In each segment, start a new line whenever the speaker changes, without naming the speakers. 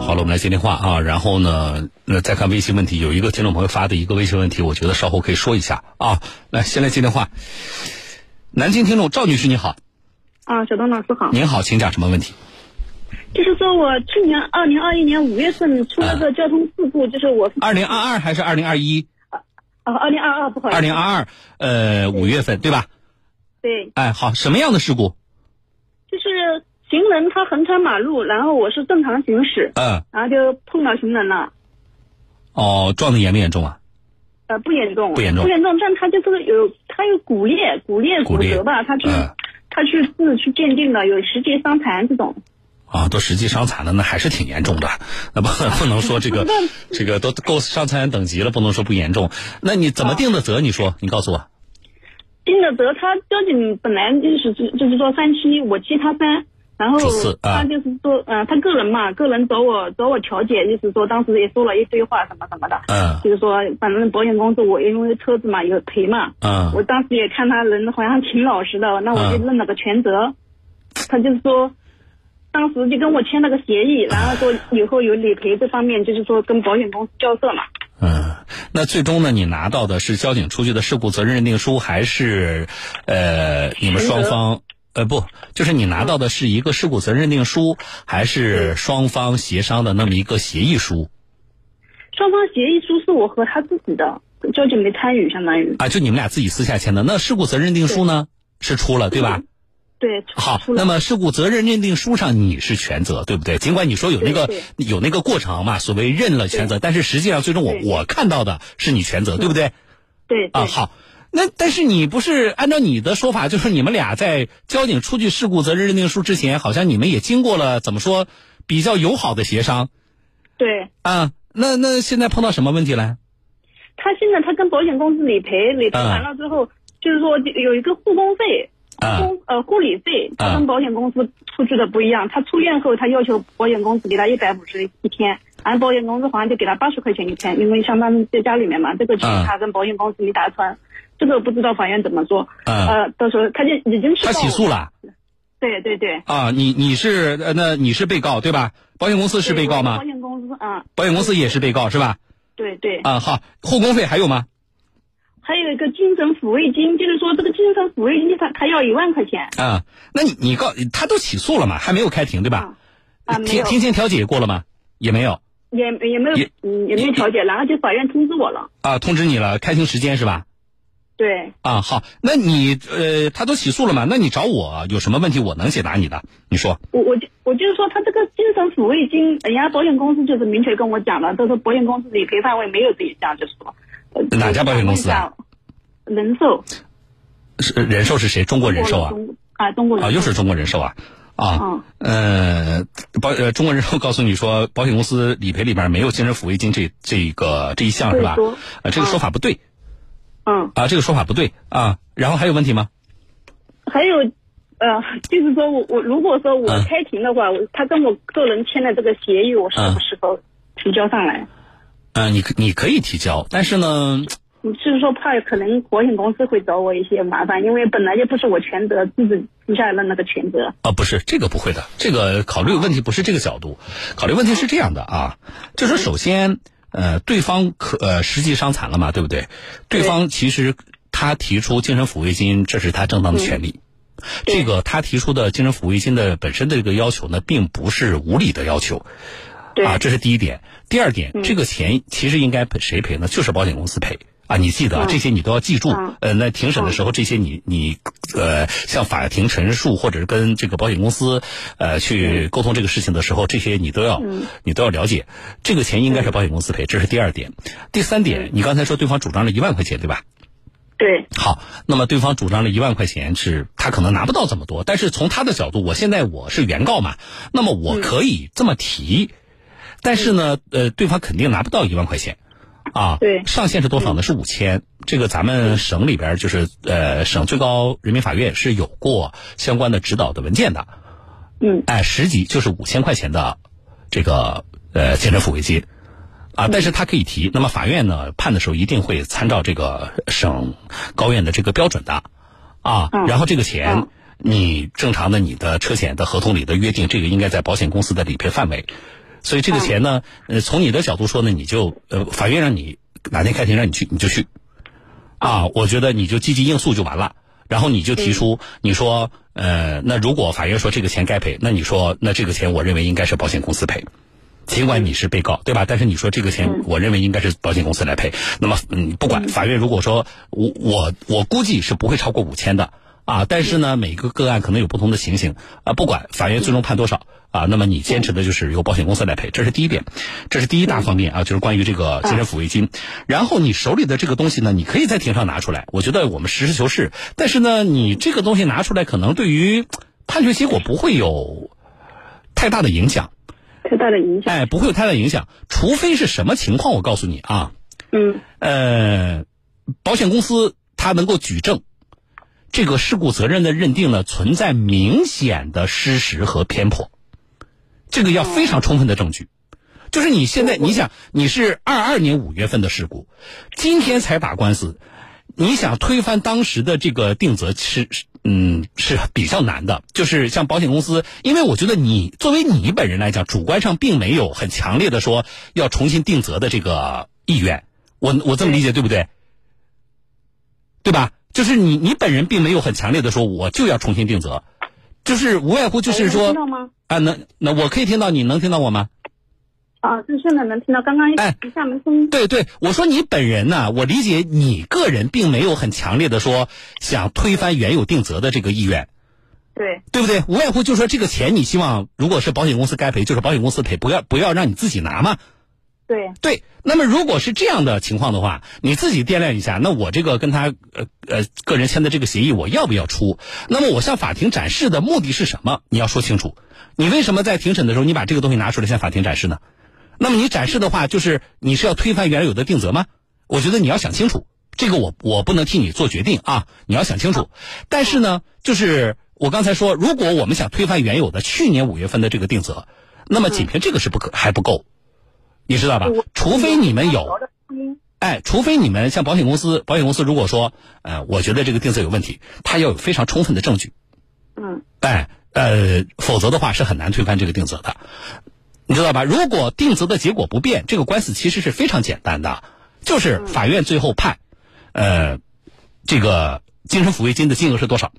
好了，我们来接电话啊，然后呢，那再看微信问题，有一个听众朋友发的一个微信问题，我觉得稍后可以说一下啊。来，先来接电话，南京听众赵女士，你好，
啊，小东老师好，
您好，请讲什么问题？
就是说我去年二零二一年五月份出
啊
了个交通事故，就是我
二零二二还是二零二一？
啊二零二二不好意思，
二零二二，呃，五月份对吧？
对，
哎，好，什么样的事故？
就是行人他横穿马路，然后我是正常行驶，
嗯，
然后就碰到行人了，
哦，撞的严不严重啊？
呃，不严重，
不严重
不严重，但他就是有他有骨裂、骨裂、
骨
骨
裂
折吧，他去、
嗯
他去治去鉴定了，有十级伤残这种。
啊，都实际伤残了，那还是挺严重的。那不不能说这个这个都够伤残等级了，不能说不严重。那你怎么定的责？你说，你告诉我。
丁德泽他交警本来就是就是说三七，我七他三，然后
主次啊
他就是说，嗯、他个人嘛，个人找我找我调解，就是说当时也说了一堆话什么什么的，
嗯
就是说反正保险公司我因为车子嘛有赔嘛，我
嗯
当时也看他人好像挺老实的，那我就
嗯
认了个全责。他就是说，当时就跟我签了个协议，然后说以后有理赔这方面，就是说跟保险公司交涉嘛。
嗯。那最终呢，你拿到的是交警出具的事故责任认定书，还是呃你们双方？呃，不，就是你拿到的是一个事故责任认定书，还是双方协商的那么一个协议书
双方协议书是我和他自己的，交警没参与，相当于
啊？就你们俩自己私下签的。那事故责任认定书呢，是出了对吧？
对。出
好，
嗯出了
那么事故责任认定书上你是全责，对不对？尽管你说有那个
对
有那个过程嘛，所谓认了全责，但是实际上最终我
对
我看到的是你全责，对不对？
对对
啊，好，那但是你不是按照你的说法， 就是你们俩在交警出具事故责任认定书之前，好像你们也经过了怎么说比较友好的协商
对，
啊？那那现在碰到什么问题了？
他现在他跟保险公司理赔，理赔
嗯
完了之后，就是说有一个护工费。
嗯
护工呃护理费，他跟保险公司出去的不一样。他出院后，他要求保险公司给他一百五十一天，然后保险公司好像就给他八十块钱一天，因为相当于在家里面嘛，这个
嗯
钱他跟保险公司没达成，这个不知道法院怎么做。
嗯
呃，到时候他就已经去
他
告
起
我
诉。了
对对对，
啊？你你是呃那你是被告对吧？保险公司是
对
被告
我跟
吗
保？险公司啊，
保险公司也是被告是吧？
对对。
啊，好，护工费还有吗？
还有一个精神抚慰金，就是说这个精神抚慰金他他要一万块钱
啊，那你你告他都起诉了嘛？还没有开庭对吧？
啊，没
庭
有
庭前调解也过了吗？也没有
也也没有
也
嗯也没有调解，然后就法院通知我了。
啊，通知你了，开庭时间是吧？
对，
啊，好，那你呃，他都起诉了嘛？那你找我有什么问题，我能解答你的，你说
我我就我就是说他这个精神抚慰金，人家保险公司就是明确跟我讲了，他说保险公司理赔范围没有这一项，就是说呃
哪家保险公司啊？
我想问一下人寿，
是人寿是谁？中国人寿啊？
中啊，中国人
啊，
寿
又是中国人寿啊？啊
嗯，
呃，保呃，中国人寿告诉你说，保险公司理赔里边没有精神抚慰金这这个这一项是吧
对多？
啊，这个说法不对
嗯，
啊，这个说法不对啊。然后还有问题吗？
还有。呃，就是说我我如果说我
嗯
开庭的话，我他跟我个人签的这个协议，我是
嗯
不是否提交上来？
嗯、你可你可以提交，但是呢，
你嗯是说怕可能保险公司会找我一些麻烦，因为本来就不是我全责，自己私下认了个全责。
啊，不是这个不会的，这个考虑问题不是这个角度，考虑问题是这样的啊，就说首先，呃，对方可呃实际伤残了嘛，对不对？对
对
方其实他提出精神抚慰金，这是他正当的权利。
嗯对
这个他提出的精神抚慰金的本身的这个要求呢，并不是无理的要求
对、嗯
啊，这是第一点。第二点，这个钱其实应该赔谁赔呢？就是保险公司赔啊，你记得啊，
嗯
这些你都要记住。
嗯
呃，那庭审的时候，这些你你呃向法庭陈述，或者是跟这个保险公司呃去沟通这个事情的时候，这些你都要、你都要了解。这个钱应该是保险公司赔，这是第二点。第三点，你刚才说对方主张了一万块钱，对吧？
对，
好，那么对方主张了一万块钱是，他可能拿不到这么多，但是从他的角度，我现在我是原告嘛，那么我
嗯
可以这么提，但是呢，呃，对方肯定拿不到一万块钱，啊，
对
上限是多少呢？是五千，这个咱们省里边儿就是呃，省最高人民法院是有过相关的指导的文件的，
嗯，
哎，十级就是五千块钱的这个呃精神抚慰金，啊，但是他可以提。那么法院呢判的时候一定会参照这个省高院的这个标准的，啊，
嗯
然后这个钱、
嗯
你正常的你的车险的合同里的约定，这个应该在保险公司的理赔范围。所以这个钱呢，呃，从你的角度说呢，你就呃，法院让你哪天开庭让你去，你就去，
嗯
啊，我觉得你就积极应诉就完了。然后你就提出，你说，呃，那如果法院说这个钱该赔，那你说，那这个钱我认为应该是保险公司赔，尽管你是被告，对吧？但是你说这个钱，我认为应该是保险公司来赔。那么，嗯，不管法院如果说我我我估计是不会超过五千的啊，但是呢，每个个案可能有不同的情形啊，不管法院最终判多少啊，那么你坚持的就是由保险公司来赔，这是第一点，这是第一大方面啊，就是关于这个精神抚慰金。然后你手里的这个东西呢，你可以在庭上拿出来，我觉得我们实事求是。但是呢，你这个东西拿出来，可能对于判决结果不会有太大的影响。
太大的影响。
哎，不会有太大影响，除非是什么情况，我告诉你啊，
嗯
呃，保险公司它能够举证这个事故责任的认定呢存在明显的失实和偏颇，这个要非常充分的证据。就是你现在，你想你是二二年五月份的事故，今天才打官司，你想推翻当时的这个定责是是嗯是比较难的。就是像保险公司，因为我觉得你作为你本人来讲，主观上并没有很强烈的说要重新定责的这个意愿。我我这么理解对不对？对吧？就是你你本人并没有很强烈的说我就要重新定责，就是无外乎就是
哎能
说
听到吗？
啊，能那我可以听到你能听到我吗？
啊，这现在能听到，刚刚
哎
一下没声音。
对对，我说你本人呢、我理解你个人并没有很强烈的说想推翻原有定责的这个意愿，
对，
对不对？无外乎就说这个钱你希望如果是保险公司该赔，就是保险公司赔，不要不要让你自己拿嘛。
对，
对，那么如果是这样的情况的话，你自己掂量一下，那我这个跟他呃呃个人签的这个协议，我要不要出？那么我向法庭展示的目的是什么？你要说清楚，你为什么在庭审的时候你把这个东西拿出来向法庭展示呢？那么你展示的话，就是你是要推翻原有的定责吗？我觉得你要想清楚，这个我我不能替你做决定啊，你要想清楚。但是呢，就是我刚才说，如果我们想推翻原有的去年五月份的这个定责，那么仅凭这个是不可还不够，你知道吧
我？
除非你们有
我的声音
哎，除非你们像保险公司，保险公司如果说，呃，我觉得这个定责有问题，它要有非常充分的证据，
嗯，
哎，呃，否则的话是很难推翻这个定责的，你知道吧？如果定责的结果不变，这个官司其实是非常简单的，就是法院最后判，呃，这个精神抚慰金的金额是多少，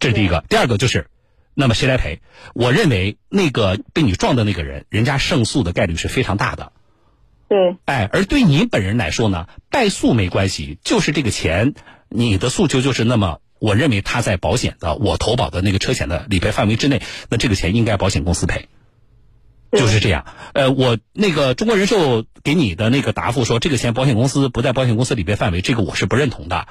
这是第一个。第二个就是，那么谁来赔？我认为那个被你撞的那个人，人家胜诉的概率是非常大的。
对，
哎，而对你本人来说呢，败诉没关系，就是这个钱，你的诉求就是那么，我认为他在保险的我投保的那个车险的理赔范围之内，那这个钱应该保险公司赔，
对
就是这样。呃，我那个中国人寿给你的那个答复说，这个钱保险公司不在保险公司理赔范围，这个我是不认同的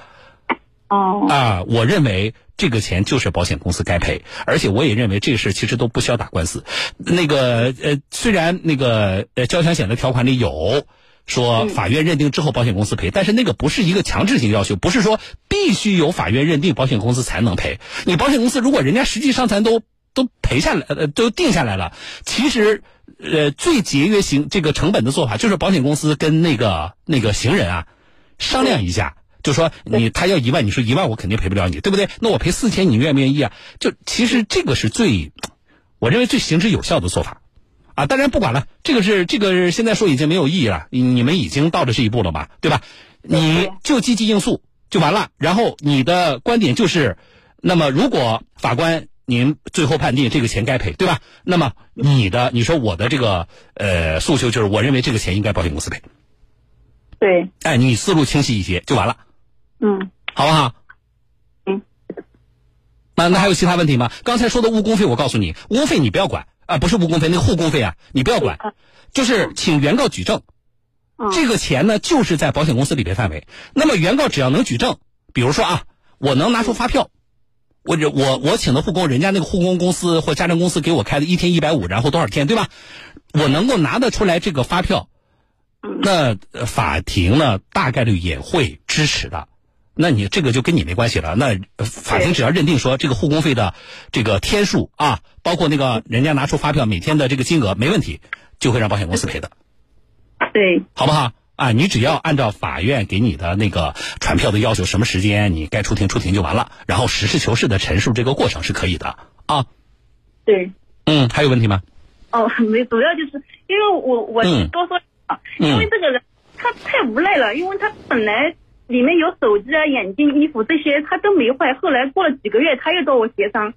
哦，
啊，我认为。这个钱就是保险公司该赔，而且我也认为这个事其实都不需要打官司。那个呃，虽然那个呃交强险的条款里有说法院认定之后保险公司赔，但是那个不是一个强制性要求，不是说必须由法院认定保险公司才能赔。你保险公司如果人家实际伤残都都赔下来，呃，都定下来了，其实呃最节约行这个成本的做法就是保险公司跟那个那个行人啊商量一下。就说你他要一万，你说一万我肯定赔不了你，对不对？那我赔四千，你愿不愿意啊？就其实这个是最，我认为最行之有效的做法。啊，当然不管了，这个是这个是现在说已经没有意义了，你你们已经到了这一步了嘛，对吧？你就积极应诉就完了。然后你的观点就是，那么如果法官您最后判定这个钱该赔，对吧？那么你的你说我的这个呃诉求就是，我认为这个钱应该保险公司赔。
对，
哎，你思路清晰一些就完了，
嗯，
好不好？
嗯。
那那还有其他问题吗？刚才说的误工费，我告诉你，误工费你不要管啊，不是误工费，那个护工费啊，你不要管，就是请原告举证。
嗯
这个钱呢，就是在保险公司理赔范围。那么原告只要能举证，比如说啊，我能拿出发票，我这我我请的护工，人家那个护工公司或家政公司给我开的一天一百五，然后多少天，对吧？我能够拿得出来这个发票，那呃法庭呢大概率也会支持的。那你这个就跟你没关系了。那呃法庭只要认定说这个护工费的这个天数啊，包括那个人家拿出发票每天的这个金额没问题，就会让保险公司赔的。
对，
好不好？啊，你只要按照法院给你的那个传票的要求，什么时间你该出庭出庭就完了，然后实事求是的陈述这个过程是可以的啊。
对，
嗯，还有问题吗？
哦， 没，主要就是因为我我
嗯
多说一句啊，
嗯
因为这个人他太无赖了，因为他本来里面有手机啊、眼镜、衣服这些他都没坏，后来过了几个月他又找我协商，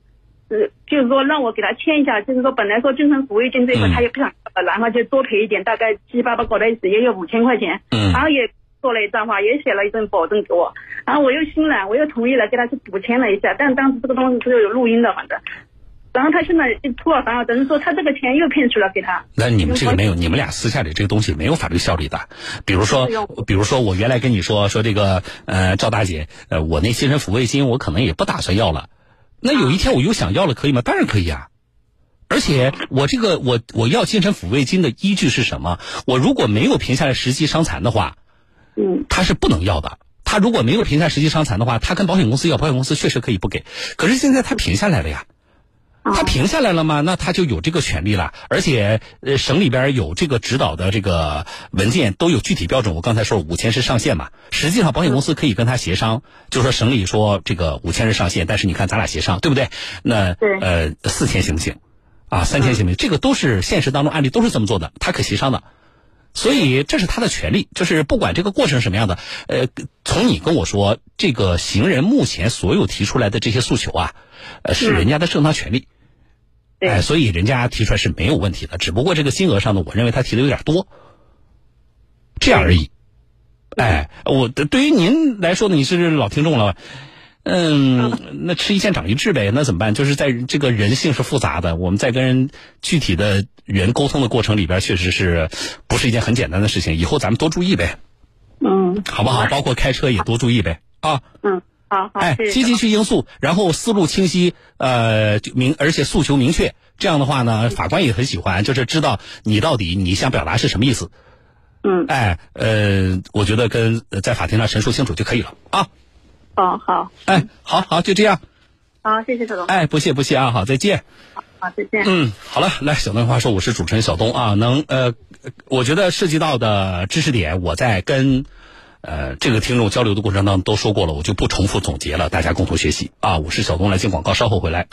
呃，就是说让我给他签一下，就是说本来说精神抚慰金这一块
嗯
他也不想要了，然后就多赔一点，大概七七八八搞在一起也有五千块钱，
嗯
然后也做了一张话，也写了一份保证给我，然后我又心软，我又同意了，给他去补签了一下，但当时这个东西是有录音的，反正。然后他现在就出尔反尔，等于说他这个钱又骗去了给他。
那你们这个没有，你们俩私下里这个东西没有法律效力的。比如说
哎呦，
比如说我原来跟你说说这个，呃，赵大姐，呃，我那精神抚慰金我可能也不打算要了。那有一天我又想要了，可以吗？当然可以啊。而且我这个我我要精神抚慰金的依据是什么？我如果没有评下来实际伤残的话，
嗯，
他是不能要的。他如果没有评下实际伤残的话，他跟保险公司要，保险公司确实可以不给。可是现在他评下来了呀。
啊
他评下来了吗？那他就有这个权利了，而且呃，省里边有这个指导的这个文件都有具体标准。我刚才说五千是上限嘛，实际上保险公司可以跟他协商，就说省里说这个五千是上限，但是你看咱俩协商对不对？那
对
呃四千行不行？啊，三千行不行？这个都是现实当中案例都是这么做的，他可协商的。所以这是他的权利，就是不管这个过程什么样的，呃，从你跟我说，这个行人目前所有提出来的这些诉求啊，呃，是
嗯
人家的正当权利，
对
哎，所以人家提出来是没有问题的，只不过这个金额上呢，我认为他提的有点多，这样而已。哎，我对于您来说呢，你是老听众了，嗯，那吃一堑长一智呗，那怎么办？就是在这个人性是复杂的，我们在跟人具体的人沟通的过程里边，确实是不是一件很简单的事情。以后咱们多注意呗，
嗯
好不好？包括开车也多注意呗，啊。
嗯，好好，
哎，
谢
积
谢。
极去应诉，然后思路清晰，呃，就明而且诉求明确，这样的话呢，法官也很喜欢，就是知道你到底你想表达是什么意思。
嗯，
哎，呃，我觉得跟呃在法庭上陈述清楚就可以了啊。
好哦好
哎，好好，就这样。
好，谢谢小总，
哎，不谢不谢啊，好，再见。
好，再见。
嗯，好了，来，小东话说，我是主持人小东啊，能呃，我觉得涉及到的知识点，我在跟呃这个听众交流的过程当中都说过了，我就不重复总结了，大家共同学习啊。我是小东，来进广告，稍后回来。